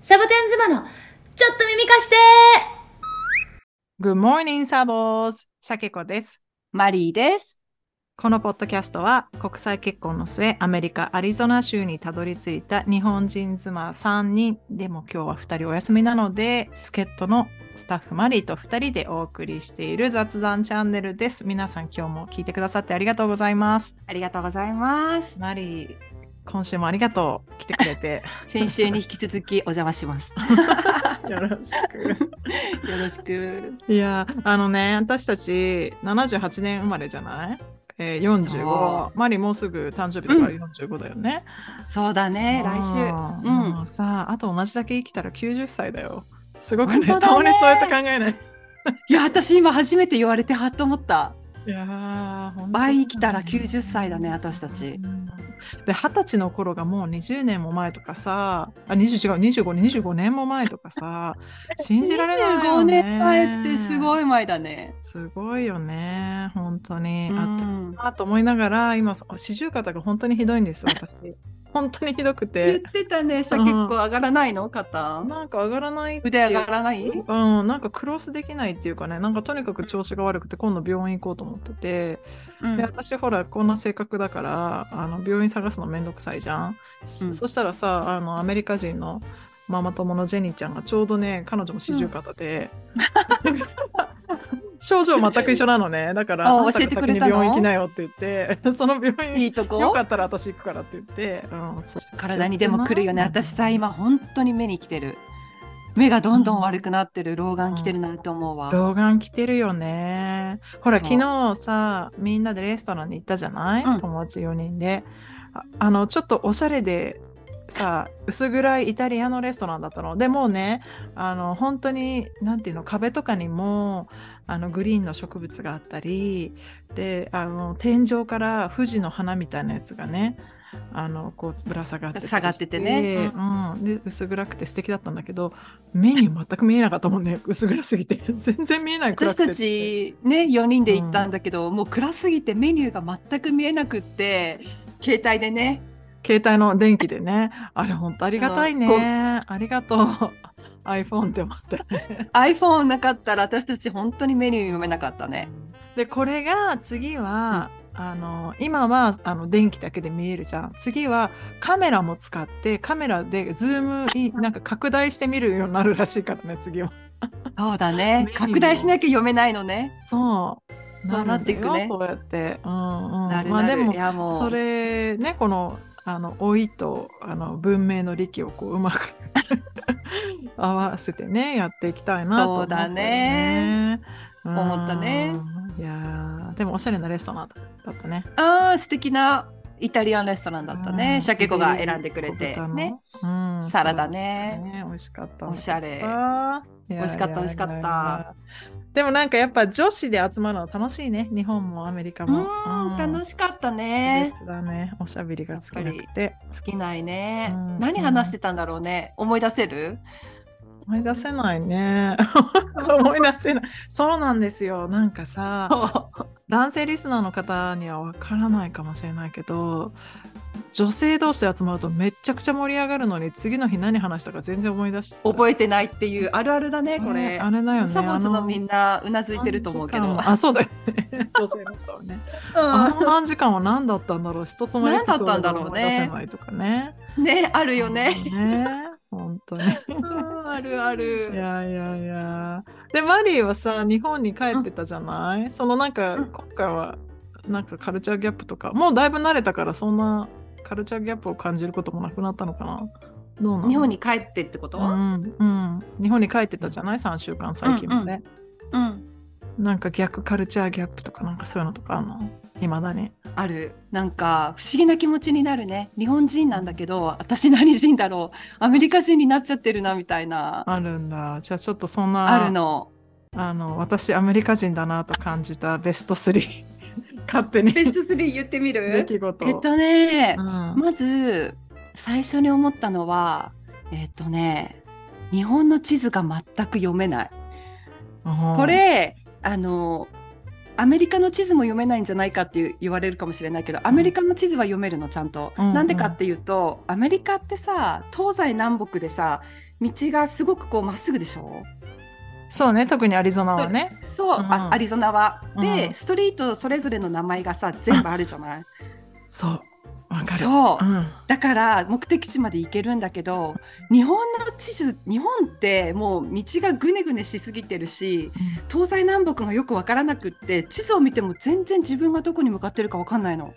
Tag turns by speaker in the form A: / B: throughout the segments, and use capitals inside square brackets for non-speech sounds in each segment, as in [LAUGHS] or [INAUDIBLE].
A: サボテン妻の、ちょっと耳貸して
B: Good morning, サボーズシャケコです。
C: マリーです。
B: このポッドキャストは国際結婚の末、アメリカ・アリゾナ州にたどり着いた日本人妻3人、でも今日は2人お休みなので、助っ人のスタッフマリーと2人でお送りしている雑談チャンネルです。皆さん今日も聞いてくださってありがとうございます。
C: ありがとうございます。
B: マリー、今週もありがとう。来てくれて
C: 先週に引き続きお邪魔します。
B: [LAUGHS] よろしく。
C: [LAUGHS] よろしく。
B: いやーあのね私たち78年生まれじゃない、えー、
C: そ
B: ?45 マリもうすぐ誕生日だから45だよね。
C: そうだね、来週。
B: あー
C: うん
B: もうさあと同じだけ生きたら90歳だよ。すごくね
C: 本当だね
B: たまにそうやって考えない。
C: いや、私今初めて言われてはっと思った。
B: いやー本当
C: 倍生きたら90歳だね私たち。
B: うんで二十歳の頃がもう20年も前とかさあ20違う2525 25年も前とか
C: [LAUGHS]
B: さ信じられないよ
C: 25
B: ね。
C: 年前ってすごい前だね。
B: すごいよね本当に。
C: う
B: あと
C: ん
B: なと思いながら今四十肩が本当にひどいんです私
C: [LAUGHS]
B: 本当にひどく
C: 言っててたね、下結構上がらないの肩。
B: なんか上がらないって
C: 腕上がらない
B: うん、なんかクロスできないっていうかねなんかとにかく調子が悪くて今度病院行こうと思ってて、
C: うん
B: で私ほらこんな性格だからあの病院探すのめんどくさいじゃん、
C: うん
B: そしたらさあのアメリカ人のママ友のジェニーちゃんがちょうどね彼女も四十肩で、 [LAUGHS] 症状全く一緒なのねだから
C: あ
B: あんた
C: 教え
B: が
C: て
B: 先
C: くれ
B: に
C: たの
B: 病院行きなよって言ってその病院
C: いいとこ
B: よかったら私行くからって言って、うん、そして
C: 体にでも来るよね。私さ、今本当に目に来てる。目がどんどん悪くなってる、老眼来てるなって思うわ。
B: 老眼来てるよねほら
C: そう
B: 昨日さみんなでレストランに行ったじゃない、
C: うん
B: 友達4人でああのちょっとおしゃれでさ薄暗いイタリアのレストランだったのでもうねあの本当になんていうの壁とかにもあのグリーンの植物があったりであの天井から富士の花みたいなやつがねあのこうぶら下がってたり
C: 下がっててね
B: うんで薄暗くて素敵だったんだけどメニュー全く見えなかったもん
C: [LAUGHS]
B: ね薄暗すぎて全然見えない暗く
C: 私
B: て
C: たちね4人で行ったんだけど、もう暗すぎてメニューが全く見えなくって携帯でね
B: 携帯の電気でねあれ本当ありがたいね
C: うんこう
B: ありがとう [LAUGHS] iPhone って思って、
C: iPhone なかったら私たち本当にメニュー読めなかったね
B: でこれが次は、あの今はあの電気だけで見えるじゃん次はカメラも使ってカメラでズームインなんか拡大して見るようになるらしいからね次は。
C: そうだ
B: メ
C: ね
B: ニュー
C: 拡大しなきゃ読めないのね
B: そう。
C: そうなっていくね
B: るんだよそうやって。うんうん。
C: なる
B: まあ
C: な
B: で
C: る、
B: も
C: い、やもう
B: それね、この、あの、老いと、あの、文明の利器をこう、うまく
C: [LAUGHS]
B: 合わせてね、やっていきたいなと思ったよね。うん
C: 思ったね。
B: いやーでもおしゃれなレストランだったね。
C: あー素敵なイタリアンレストランだった
B: う
C: ね
B: ん
C: シャケ子が選んでくれて
B: 豚の
C: ね。
B: うん
C: サラダ
B: そう
C: ね
B: だね。美味しかったんだけどさ。
C: おしゃれ
B: 美
C: 美味しかった美味しかった
B: でもなんかやっぱ女子で集まるのは楽しいね。日本もアメリカ
C: う
B: も。
C: ん楽
B: しい。
C: しかったね
B: 別だね。おしゃべりが尽きなくて。
C: 尽きないね、
B: うん
C: 何話してたんだろうね思い出せる [LAUGHS]
B: 思い出せないね。思い出せない。そうなんですよ。なんかさ。男性リスナーの方にはわからないかもしれないけど女性同士で集まるとめっちゃくちゃ盛り上がるのに次の日何話したか全然思い出して
C: 覚
B: え
C: えてないっていうあるあるだねこれ
B: あれだよね
C: サボーズ
B: あ
C: のみんなうなずいてると思うけど、
B: あ
C: う
B: の
C: ん、
B: あそうだよ
C: [LAUGHS]
B: ね女性の人はねあの何時間は何だったんだろう一つもエピソード
C: 何だったんだろ
B: が
C: うね
B: 思い出せないとかね
C: ねあるよね。
B: ね本当に
C: うんあるある
B: いやいやいやでマリーはさ日本に帰ってたじゃないそのなんか
C: うん
B: 今回はなんかカルチャーギャップとかもうだいぶ慣れたからそんなカルチャーギャップを感じることもなくなったのかなどうなの
C: 日本に帰ってってこと、
B: うん、うん、日本に帰ってたじゃない3週間最近まで、
C: うん
B: なんか逆カルチャーギャップとかなんかそういうのとかあんのいまだに
C: あるなんか不思議な気持ちになるね日本人なんだけど私何人だろうアメリカ人になっちゃってるなみたいな
B: あるんだじゃあちょっとそんな
C: あるの
B: あの私アメリカ人だなと感じたベスト3 [LAUGHS] 勝手に
C: ベスト3言ってみ
B: 出
C: る
B: 来事を
C: えっとね、
B: うん
C: まず最初に思ったのはえっとね日本の地図が全く読めないこれあのアメリカの地図も読めないんじゃないかっていう言われるかもしれないけどアメリカの地図は読めるのちゃんと。
B: うんうん
C: なんでかっていうとアメリカってさ東西南北でさ道がすごくこうまっすぐでしょ
B: そうね特にアリゾナはね
C: そう、
B: うん
C: あアリゾナは。で、
B: うん
C: ストリートそれぞれの名前がさ全部あるじゃない。
B: そうわかる
C: そうう、
B: ん
C: だから目的地まで行けるんだけど日本の地図日本ってもう道がぐねぐねしすぎてるし東西南北がよくわからなくって地図を見ても全然自分がどこに向かってるかわかんないの。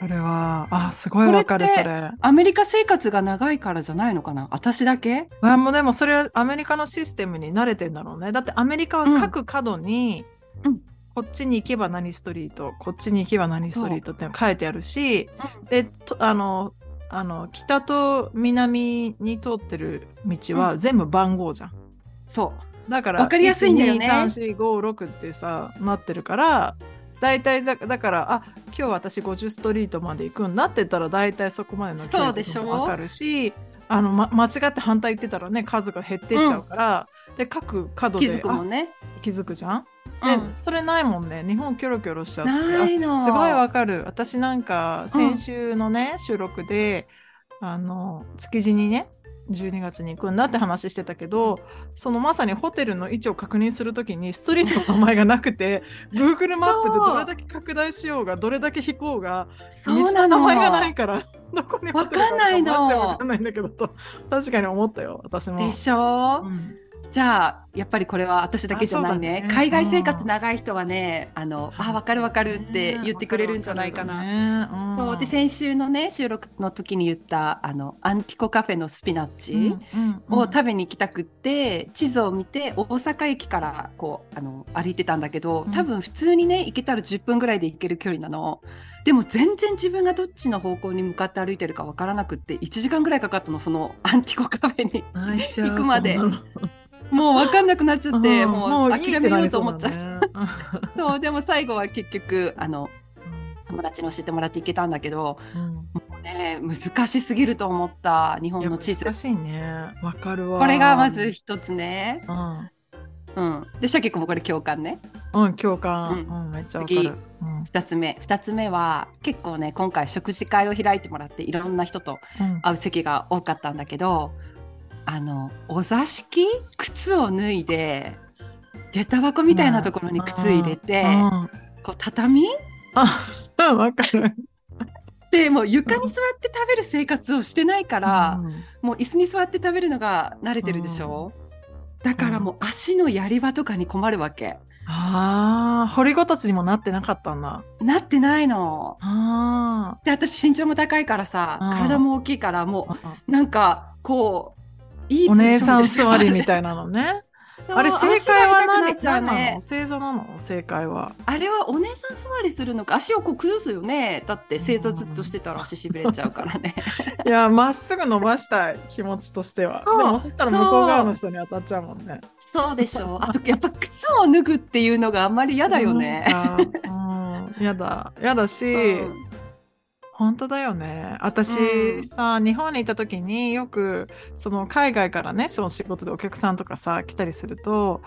B: これはあすごいわかる
C: これ
B: そ
C: って
B: れ
C: アメリカ生活が長いからじゃないのかな私だけ
B: あもうでもそれはアメリカのシステムに慣れてんだろうねだってアメリカは各角に、
C: うん
B: こっちに行けば何ストリートこっちに行けば何ストリートって書いてあるしでとあのあの北と南に通ってる道は全部番号じゃん、
C: そ
B: だから
C: わかりやすいんだよね
B: 12346ってさなってるから大体だだからあ今日私50ストリートまで行くんだって言ったら大体そこまでの距
C: そう
B: 離
C: でしょ
B: もわかるしあの、ま、間違って反対言ってたらね数が減ってっちゃうから、で各角
C: う
B: で
C: 気づくもんね。
B: あ気づくじゃん、
C: うん
B: でそれないもんね日本キョロキョロしちゃって
C: ないの。
B: あすごいわかる私なんか先週のね、収録であの築地にね12月に行くんだって話してたけどそのまさにホテルの位置を確認するときにストリートの名前がなく
C: [LAUGHS]
B: て Google マップでどれだけ拡大しようがどれだけ引こうが道
C: そうな
B: の名
C: の
B: 前がないから [LAUGHS] どこにホテルがある
C: わかんないの
B: マジでわかんないんだけどと確かに思ったよ私も
C: で。しょ、
B: うん
C: じゃあやっぱりこれは私だけじゃない
B: あ
C: ね
B: そうだね
C: 海外生活長い人はねあのあ分かる分かるって言ってくれるんじゃないかな。
B: ねうん
C: そうで先週のね収録の時に言ったあのアンティコカフェのスピナッチ、
B: うんうん
C: を食べに行きたくって、地図を見て大阪駅からこうあの歩いてたんだけど
B: うん
C: 多分普通にね行けたら10分ぐらいで行ける距離なのでも全然自分がどっちの方向に向かって歩いてるか分からなくって1時間ぐらいかかったのそのアンティコカフェに
B: 泣いちゃう
C: 行くまで
B: そんなの
C: [LAUGHS] もう分かんなくなっちゃって、
B: うん
C: もう諦めようと思っちゃう
B: ゃ
C: そうでも最後は結局あの友達に教えてもらって行けたんだけどもうね難しすぎると思った日本の地図
B: 難しいね。わかるわ。
C: これがまず、一つね
B: うん、
C: うんでシャキ君もこれ共感ね
B: うん、共感、
C: う
B: うん、めっちゃわかる。
C: 次
B: うん、
C: 2つ目2つ目は結構ね今回食事会を開いてもらっていろんな人と
B: うん、
C: 会う席が多かったんだけどあのお座敷靴を脱いで下駄箱みたいなところに靴入れて、
B: うん
C: こう畳
B: うん、 [LAUGHS] わかる。
C: でもう床に座って食べる生活をしてないから、
B: うん
C: もう椅子に座って食べるのが慣れてるでしょ、だからもう足のやり場とかに困るわけ
B: ああ、掘りごたつにもなってなかったんだ。
C: なってないの。
B: あ
C: で私身長も高いからさ、
B: うん
C: 体も大きいからもう
B: あ、
C: なんかこういい
B: お姉さん座
C: [LAUGHS]
B: りみ
C: い
B: たいなのね。
C: な
B: あれ正解は
C: 足が痛くな
B: 何
C: っちゃう
B: 何な
C: ね
B: の？正座なの？正解は。
C: あれはお姉さん座りするのか足をこう崩すよねだって正座ずっとしてたら足しびれちゃうからね
B: いや、まっすぐ伸ばしたい気持ちとしては。で
C: そう
B: もそしたら向こう側の人に当たっちゃうもんね。
C: そうでしょうあとやっぱ靴を脱ぐっていうのがあんまり嫌だよね、
B: なんか。うん、やだ。やだし、
C: うん
B: 本当だよね。私、
C: うん
B: さ、日本にいた時によく、その海外からね、その仕事でお客さんとかさ、来たりすると、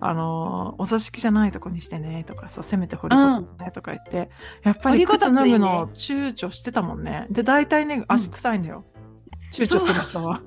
B: あの、お座敷じゃないとこにしてね、とかさ、せめて掘りごたつね、とか言って、やっぱり
C: 掘りご
B: 靴
C: たついいね
B: 脱ぐの躊躇してたもんね。で、大体ね、足臭いんだよ。躊躇する人は。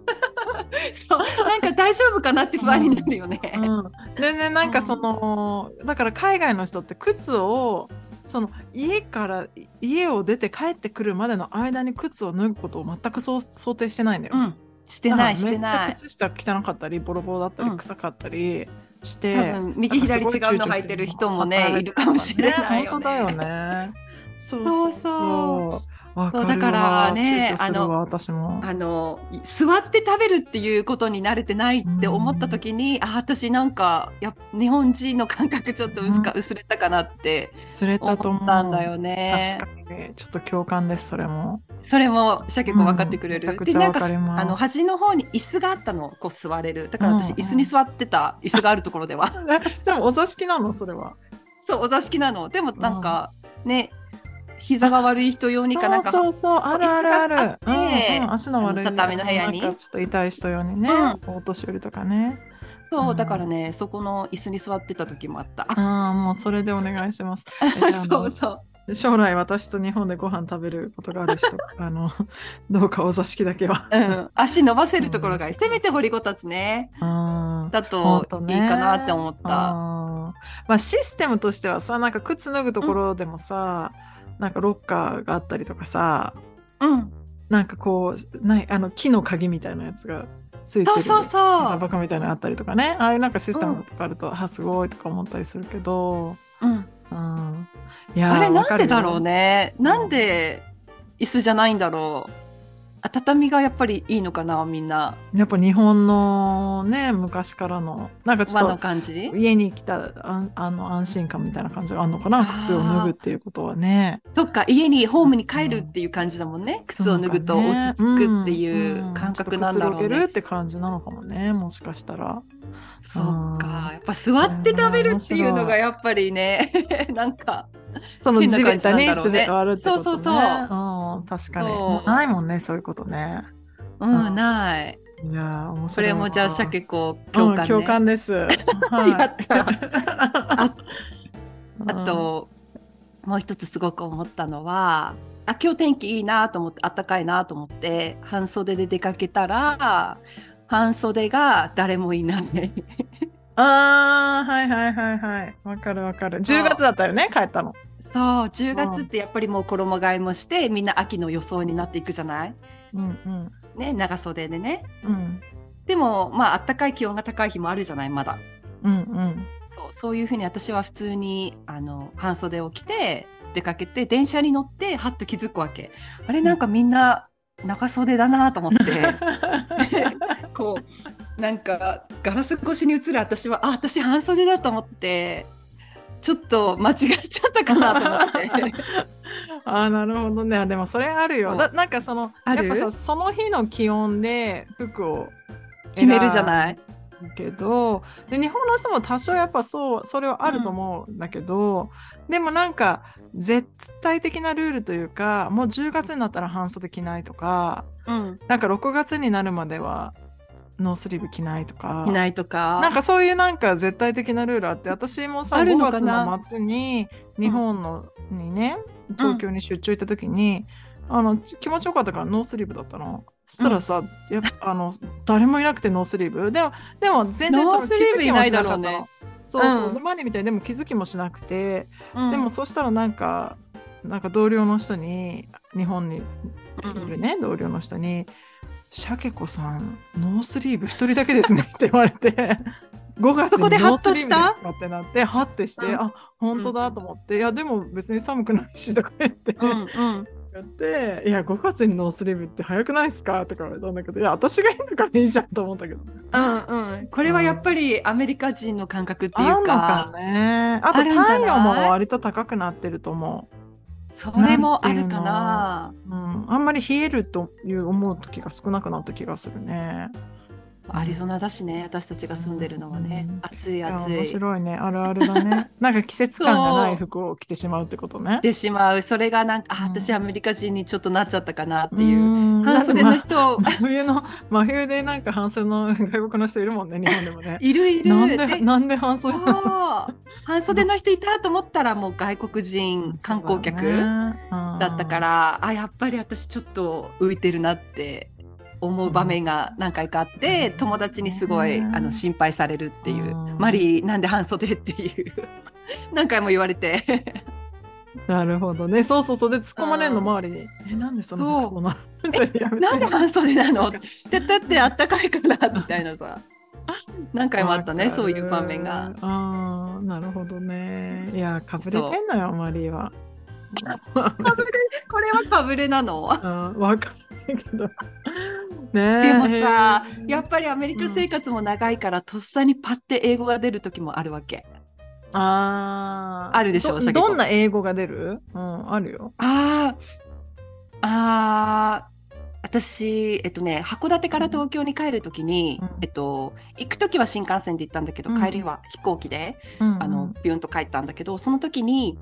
C: そうなんか大丈夫かなって不安になるよね、
B: うん、でねなんかその、だから海外の人って靴をその家からい家を出て帰ってくるまでの間に靴を脱ぐことを全く想想定してないんだよ。
C: うんしてない
B: だ
C: し
B: から
C: てな
B: め
C: い
B: っちゃ靴下汚かったりボロボロだった
C: うん
B: り臭かったりし
C: 多
B: て、
C: 分右左違うの履いてる人もねいるかもしれないよね
B: 本当だよね。そうそう。
C: そうそう
B: わかるわ
C: そうだからね
B: 躊躇するわ私も。
C: あの座って食べるっていうことに慣れてないって思った時に、あ私なんかや日本人の感覚ちょっと薄か、薄れたかなって
B: すれ
C: 思
B: たと思う。
C: ったんだよね。
B: 確かにちょっと共感ですそれも。
C: それもシャケ子分かってくれる。
B: うんめちゃく
C: で
B: ちゃ
C: なんか
B: わかります
C: あの端の方に椅子があったのこう座れるだから私、
B: うんうん
C: 椅子に座ってた椅子があるところでは
B: でもお座敷なのそれは。
C: [LAUGHS] そうお座敷なのでもなんか、ね膝が悪い人用にかなんか
B: そうそうそうあるあるある。
C: 椅子があって
B: うんうん足の悪い
C: 畳の部屋に
B: なんかちょっと痛い人用にね、
C: う
B: お年寄りとかね。
C: そうそううんだからねそこの椅子に座ってた時もあった。
B: ああ、もうそれでお願いします。えじゃああ
C: [LAUGHS] そ
B: の
C: うそう。
B: 将来私と日本でご飯食べることがあ
C: [LAUGHS]
B: る人、あの、どうかお座敷だけは。
C: うん、足伸ばせるところがいい。
B: うん
C: せめて掘りごたつね。
B: あ
C: だ
B: ほん
C: と
B: と
C: い
B: ね
C: いかなって思っ
B: あ
C: た。
B: まあシステムとしてはさ、なんか靴脱ぐところでもさ、なんかロッカーがあったりとかさ、
C: うん。
B: なんかこう、ない、あの木の鍵みたいなやつがついて
C: そう
B: る。
C: そう
B: なんか
C: そ
B: バカみたいなのあったりとかね。ああいうなんかシステムとかあると、あ、すごいとか思ったりするけど、
C: う。うん。
B: うん。いやー
C: あれ
B: わ
C: な
B: か
C: ん
B: る
C: で
B: よ
C: だろうね。なんで椅子じゃないんだろう。あ畳がやっぱりいいのかなみんな。
B: やっぱ日本のね昔からのなんかち
C: 和
B: ょ
C: の
B: っと
C: 感じ。
B: 家に来たあんあの安心感みたいな感じがあるのかな
C: あー
B: 靴を脱ぐっていうことはね
C: そっか家にホームに帰るっていう感じだもんね。靴を脱ぐ
B: そ
C: と
B: うかね
C: 落ち着くっていう感覚なんだろ
B: んちょっとくつろ
C: う
B: げ
C: ね
B: る。って感じなのかもねもしかしたら
C: そ
B: うん
C: っかやっぱ座って食べるっていうのがやっぱりね [LAUGHS] なんか
B: その
C: 変な
B: 地べ
C: 感じ
B: た
C: なん
B: に
C: だろうね
B: 滑るってことね
C: そうそうそうん
B: 確かに
C: そう
B: もうないもんねそういうことね
C: うんない。
B: いやー面
C: そ
B: 白い
C: れ
B: わ
C: もじゃあ鮭子
B: う
C: 共
B: ん
C: 感ね。
B: 共感
C: [LAUGHS]
B: ですはい
C: や
B: [LAUGHS]
C: ったあ
B: うん
C: あと、もう一つすごく思ったのはあ今日天気いいなと思ってあったかいなと思って半袖で出かけたら半袖が誰もいない。
B: ああ、はいはいはいはい。わかるわかる。
C: そう
B: 10月だったよね、帰ったの。
C: そう10月ってやっぱりもう衣替えもしてみんな秋の装いになっていくじゃない
B: うんうん。
C: ね長袖でね。
B: うん
C: でもまああったかい気温が高い日もあるじゃないまだ。
B: うん [LAUGHS] うん。
C: そうそういうふうに私は普通にあの半袖を着て出かけて電車に乗ってはっと気づくわけあれなんかみんな長袖だなと思って [LAUGHS] こうなんかガラス越しに映る私はあ私半袖だと思ってちょっと間違っちゃったかなと思って
B: [LAUGHS] ああ、なるほどね。あでもそれある
C: そ
B: よ。
C: う
B: だなんかその、や
C: あ
B: っ
C: る
B: ぱさ、その日の気温で服を
C: 決めるじゃ
B: い。
C: ない。
B: けどで日本の人も多少やっぱそうそれはあると思うんだけど、でもなんか絶対的なルールというかもう10月になったら半袖着ないとか
C: うん、
B: なんか6月になるまではノースリーブ着ないとか
C: いないとか
B: なんかそういうなんか絶対的なルールあって私もさ
C: ある
B: 5
C: のか
B: 月
C: な
B: の末に日本の、にね東京に出張行った時に、あの気持ちよかったからノースリーブだったの。そしたらさ、やっぱあの誰もいなくてノースリーブでもでも全然その
C: ノー
B: 気
C: スリー
B: づ
C: ブ
B: き
C: い
B: も
C: な
B: し
C: いだ
B: なかっ
C: ろ
B: た
C: う
B: の。
C: ね
B: そうそう、
C: うん
B: で前にみたいにでも気づきもしなくて、
C: うん
B: でもそしたらなんかなんか同僚の人に日本にいるね、同僚の人に「シャケ子さんノースリーブ一人だけですね」 [LAUGHS] って言われて5月
C: そこで
B: に
C: ハ
B: ノー
C: ッ
B: ス
C: と
B: リー
C: し
B: ブ
C: た
B: ですかってなってハッてして「
C: うん
B: あ本当だ」と思って「いやでも別に寒くないし」とか言って、
C: うんうん
B: やって「いや5月にノースリーブって早くないですか?」とか言われたんだけど「いや私がいいんだからいいじゃん」と思ったけど
C: うんうん、これはやっぱりアメリカ人の感覚っていう
B: あんのかねあと
C: あるんじゃない
B: 太陽も割と高くなってると思う。
C: それもあるかな。
B: うん、あんまり冷えるという思う時が少なくなった気がするね。
C: アリゾナだしね、私たちが住んでるのはね、
B: うん
C: 暑い
B: いや
C: 暑
B: 面
C: い。
B: 白いねあるあるだ
C: [LAUGHS]
B: ねなんか季節感がない服を着てしまうってことね
C: でしまう、それがなんか、
B: う
C: あ
B: ん
C: 私アメリカ人にちょっとなっちゃったかなって
B: う
C: いう。
B: ん
C: 半袖の人、
B: 真冬の真冬でなんか半袖の外国の人いるもんね日本でもね
C: いるいる。
B: なんで
C: で
B: なんで半袖
C: そう
B: なの
C: 半袖の人いたと思ったらもう外国人観光客
B: そうだねうん
C: だったから、あやっぱり私ちょっと浮いてるなって思う場面が何回かあって、
B: うん
C: 友達にすごい、
B: うん
C: あの心配されるっていう、
B: うん
C: マリーなんで半袖っていう [LAUGHS] 何回も言われて
B: なるほどねそうそうそうで突っ込まれるの
C: うん
B: 周りにえなんでその服
C: そ
B: 装な [LAUGHS] の
C: なんで半袖なの
B: わか
C: だだってあったかいからみたいなさ何回もあったね
B: わかる
C: そういう場面が。
B: あーなるほどねいやかぶれてんのよマリー
C: [LAUGHS]
B: は
C: これはかぶれなの
B: うんわかんない
C: [LAUGHS]
B: けどねえ
C: でもさやっ
B: ぱ
C: ぱりアメリカ生活も長いから、とっさにパッて英語が出る時もあるわけ。
B: あー
C: あるでしょ
B: ど
C: 先ほど
B: どんな英語が出るうんあるよ
C: ああ、ああ、私、えっとね、函館から東京に帰るときに、
B: うん
C: えっと、行くときは新幹線で行ったんだけど、
B: うん
C: 帰りは飛行機で、あ
B: あ
C: の、ビュンと帰ったんだけど、その時に、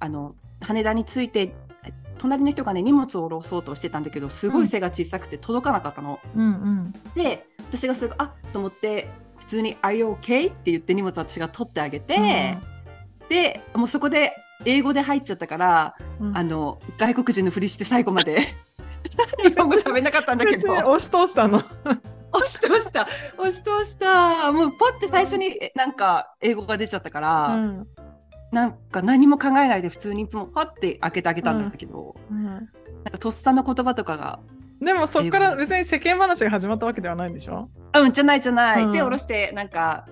C: あの、羽田に着いて、え隣の人がね、荷物を下ろそうとしてたんだけど、すごい背が小さくて届かなかったの。
B: うんうん
C: で、私がすぐ、あっと思って、普通に「Are you okay?」って言って荷物私が取ってあげて、でもうそこで英語で入っちゃったから、
B: うん、
C: あの外国人のふりして最後まで
B: [LAUGHS]
C: 日本語喋んなかったんだけ
B: 別
C: ど
B: に押し通したの。
C: 押し通した押し通したもうポッて最初にえなんか英語が出ちゃったから、
B: うん
C: なんか何も考えないで普通にもうパッて開けてあげたんだけど、
B: うん
C: なんかとっさの言葉とかが
B: でもそこから別に世間話が始まったわけではないんでしょ
C: 「うんじゃないじゃない」
B: うん
C: で下ろしてなんか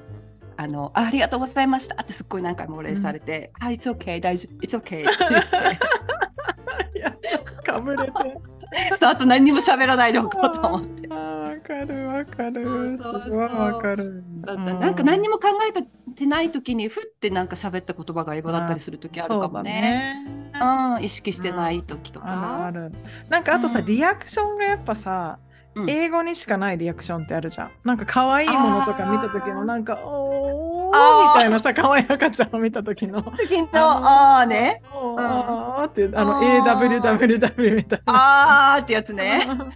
C: あのあ「ありがとうございました」ってすっごい何回もお礼されて「あ It's okay 大丈夫 It's okay」って言って
B: いやかぶ
C: [LAUGHS]
B: れて。
C: そうあと何にも喋らないでおこうと思って。
B: あーわかるわかる。す
C: そうそうそう
B: ごいわかる。
C: だったなんか何にも考えてない時にふってなんか喋った言葉が英語だったりする時あるかもね。
B: そうだね
C: うん、意識してない時とか。
B: あるあるなんかあとさ、
C: うん
B: リアクションがやっぱさ、
C: うん
B: 英語にしかないリアクションってあるじゃんなんか可愛いものとか見た時の
C: あー
B: なんか「おー」
C: あー
B: みたいなさ可愛い赤ちゃんを見た時
C: [LAUGHS]
B: の「
C: 時の
B: あ
C: ああーね。
B: お
C: ん
B: ーあー」っていうあの
C: あー
B: AWWW みたいな
C: あーってやつね。
B: [LAUGHS]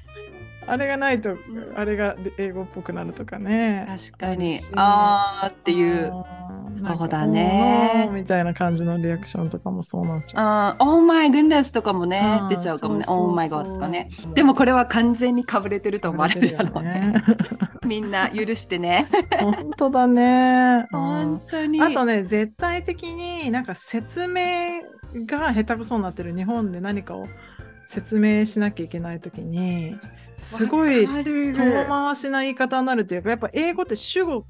B: あれがないと
C: ん
B: あれが英語っぽくなるとかね
C: 確かに
B: 嬉しい。
C: あーっていう。
B: あー
C: そうだね
B: なんかおーみたいな感じのリアクションとかもそうなっちゃうし
C: あー、オーマイグンネスとかもね
B: う、ん
C: 出ちゃうかもね。
B: そうそうそう
C: オーマイゴーとかね。でもこれは完全にかぶれてると思われるだろうね。みんな許してね。
B: 本当だね。
C: 本当に。
B: あとね、絶対的になんか説明が下手くそになってる日本で何かを説明しなきゃいけないときに、すごい
C: わかる
B: 遠回しな言い方になるっていうか、やっぱ英語って主語、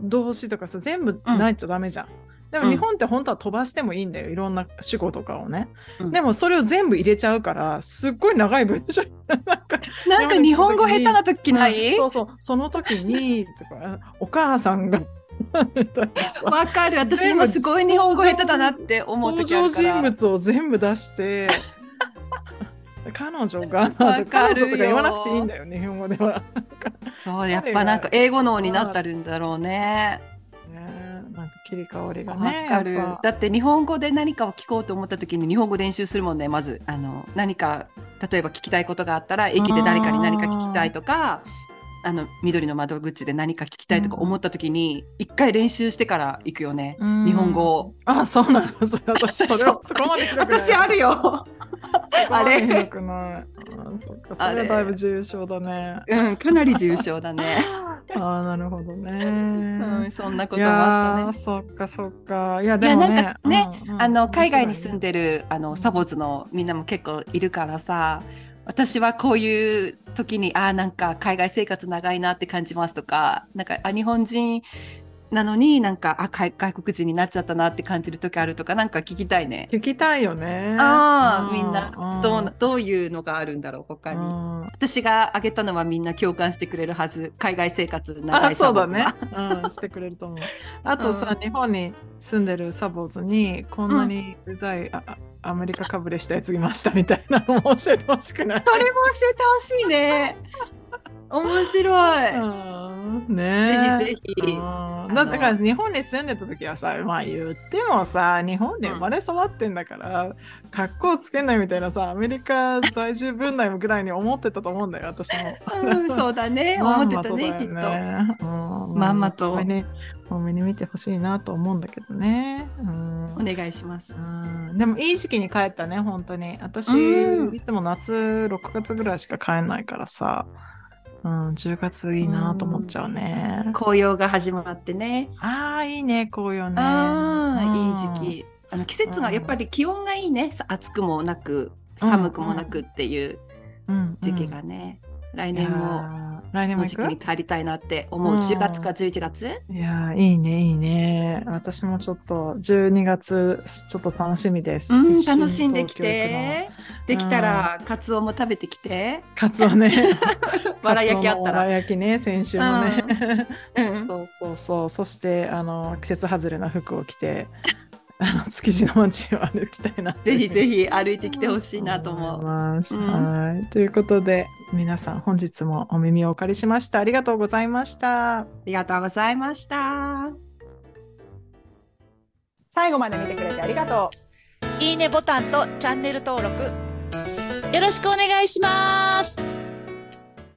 B: 動詞とかさ、全部ないとダメじゃん。で
C: う
B: も
C: ん
B: 日本って本当は飛ばしてもいいんだよ。いろんな主語とかをね。
C: うん
B: でもそれを全部入れちゃうから、すっごい長い文章になんか
C: なんか日本語下手な時ない
B: そうそう、その時に、 [LAUGHS] とか、お母さ
C: [LAUGHS]
B: んが、みたいなさ
C: わかる。私今すごい日本語下手だなって思う
B: 登
C: 時あ
B: 場
C: るから。
B: 人物を全部出
C: [LAUGHS]
B: して、彼女が、とか
C: わか
B: 彼女と
C: るよ
B: か言わなくていいんだよね、日本語では。
C: そう、やっぱなんか英語脳になったるんだろうね。
B: ねなんか切り替わりが
C: わ
B: ね。
C: かる
B: やっ。ぱ
C: だって日本語で何かを聞こうと思った時に日本語練習するもんね、まず。あの、何か、例えば聞きたいことがあったら、駅で誰かに何か聞きたいとか、あの、緑の窓口で何か聞きたいとか思った時に、一回練習してから行くよね。日本語を。
B: あ、そうなの。それ私、それを、そこまでひどくない。
C: 私あるよ。
B: そこまで
C: あれ
B: ひどくない。あーそっか、それはだいぶ重症だね。
C: うん、かなり重症
B: [LAUGHS]
C: だね。
B: ああ、なるほどね。
C: うん、そんなこ
B: い
C: ともあった
B: やー
C: ね。
B: そっかそっかいやでもね
C: いやなんかね
B: うんうん
C: あの海外に住んでるあ
B: うん
C: のサボズのみんなも結構いるからさ私はこういう時にあーなんか海外生活長いなって感じますとかなんかあ日本人なのになんかあ外外国人になっちゃったなって感じる時あるとかなんか聞きたいね。
B: 聞きたいよね
C: あー
B: う
C: みんなどうなどういうのがあるんだろう他に、
B: うん
C: 私が挙げたのはみんな共感してくれるはず海外生活長
B: あ
C: い
B: そ
C: サ
B: うだ
C: ボズは
B: ね、うん、してくれると
C: [LAUGHS]
B: 思うあとさ、
C: うん
B: 日本に住んでるサボーズにこんなにうざい、ああアメリカかぶれしたやついましたみたいなのも教えてほしくない
C: それも教えてほしいね面白い、
B: うんね
C: ぜひぜひ
B: うん
C: の
B: だだから日本に住んでた時はさまあ言ってもさ日本で生まれ育ってんだから、格好つけないみたいなさアメリカ在住分内ぐらいに思ってたと思うんだよ私も。
C: うん、そうだね。思ってたね、き
B: と。
C: っと。
B: うん
C: まんまと
B: 多めに多めに見てほしいなと思うんだけどね。うん
C: お願いします。
B: うんでもいい時期に帰ったね本当に私、
C: うん
B: いつも夏6月ぐらいしか帰んないからさ、うん、10月いいなと思っちゃうね、
C: 紅葉が始まってね。
B: ああいいね紅葉ね
C: ああ、いい時
B: 期
C: 期。あの季節が
B: うん
C: やっぱり気温がいいね。さ暑くもなく、寒くもなくっていう時期がね。来年も
B: 来
C: こ
B: 年も
C: の
B: 行
C: 時期に
B: く
C: 帰りたいなって思う。
B: うん
C: 10月か11月。
B: いやーいいねいいね私もちょっと12月ちょっと楽しみです、
C: うん、
B: 一緒に
C: 楽しんでき
B: 東京行
C: て。できたら、カツオも食べてきて。
B: くのカツオ
C: [LAUGHS]
B: ね
C: わら焼きあ
B: カツオの
C: った
B: わ
C: ら。
B: ら焼きね先週もね、
C: う
B: [LAUGHS]
C: ん
B: そうそうそう。そして、あの、季節外れな服を着て、あの、築地の街を歩きたいな。
C: ぜひぜ
B: ひ。
C: ひ歩いてきてほしいなと思う。
B: ます。
C: うん
B: はい。ということで、皆さん本日もお耳をお借りしました。ありがとうございました。
C: ありがとうございました。
D: 最後まで見てくれてありがとう。
E: いいねボタンとチャンネル登録
A: よろしくお願いします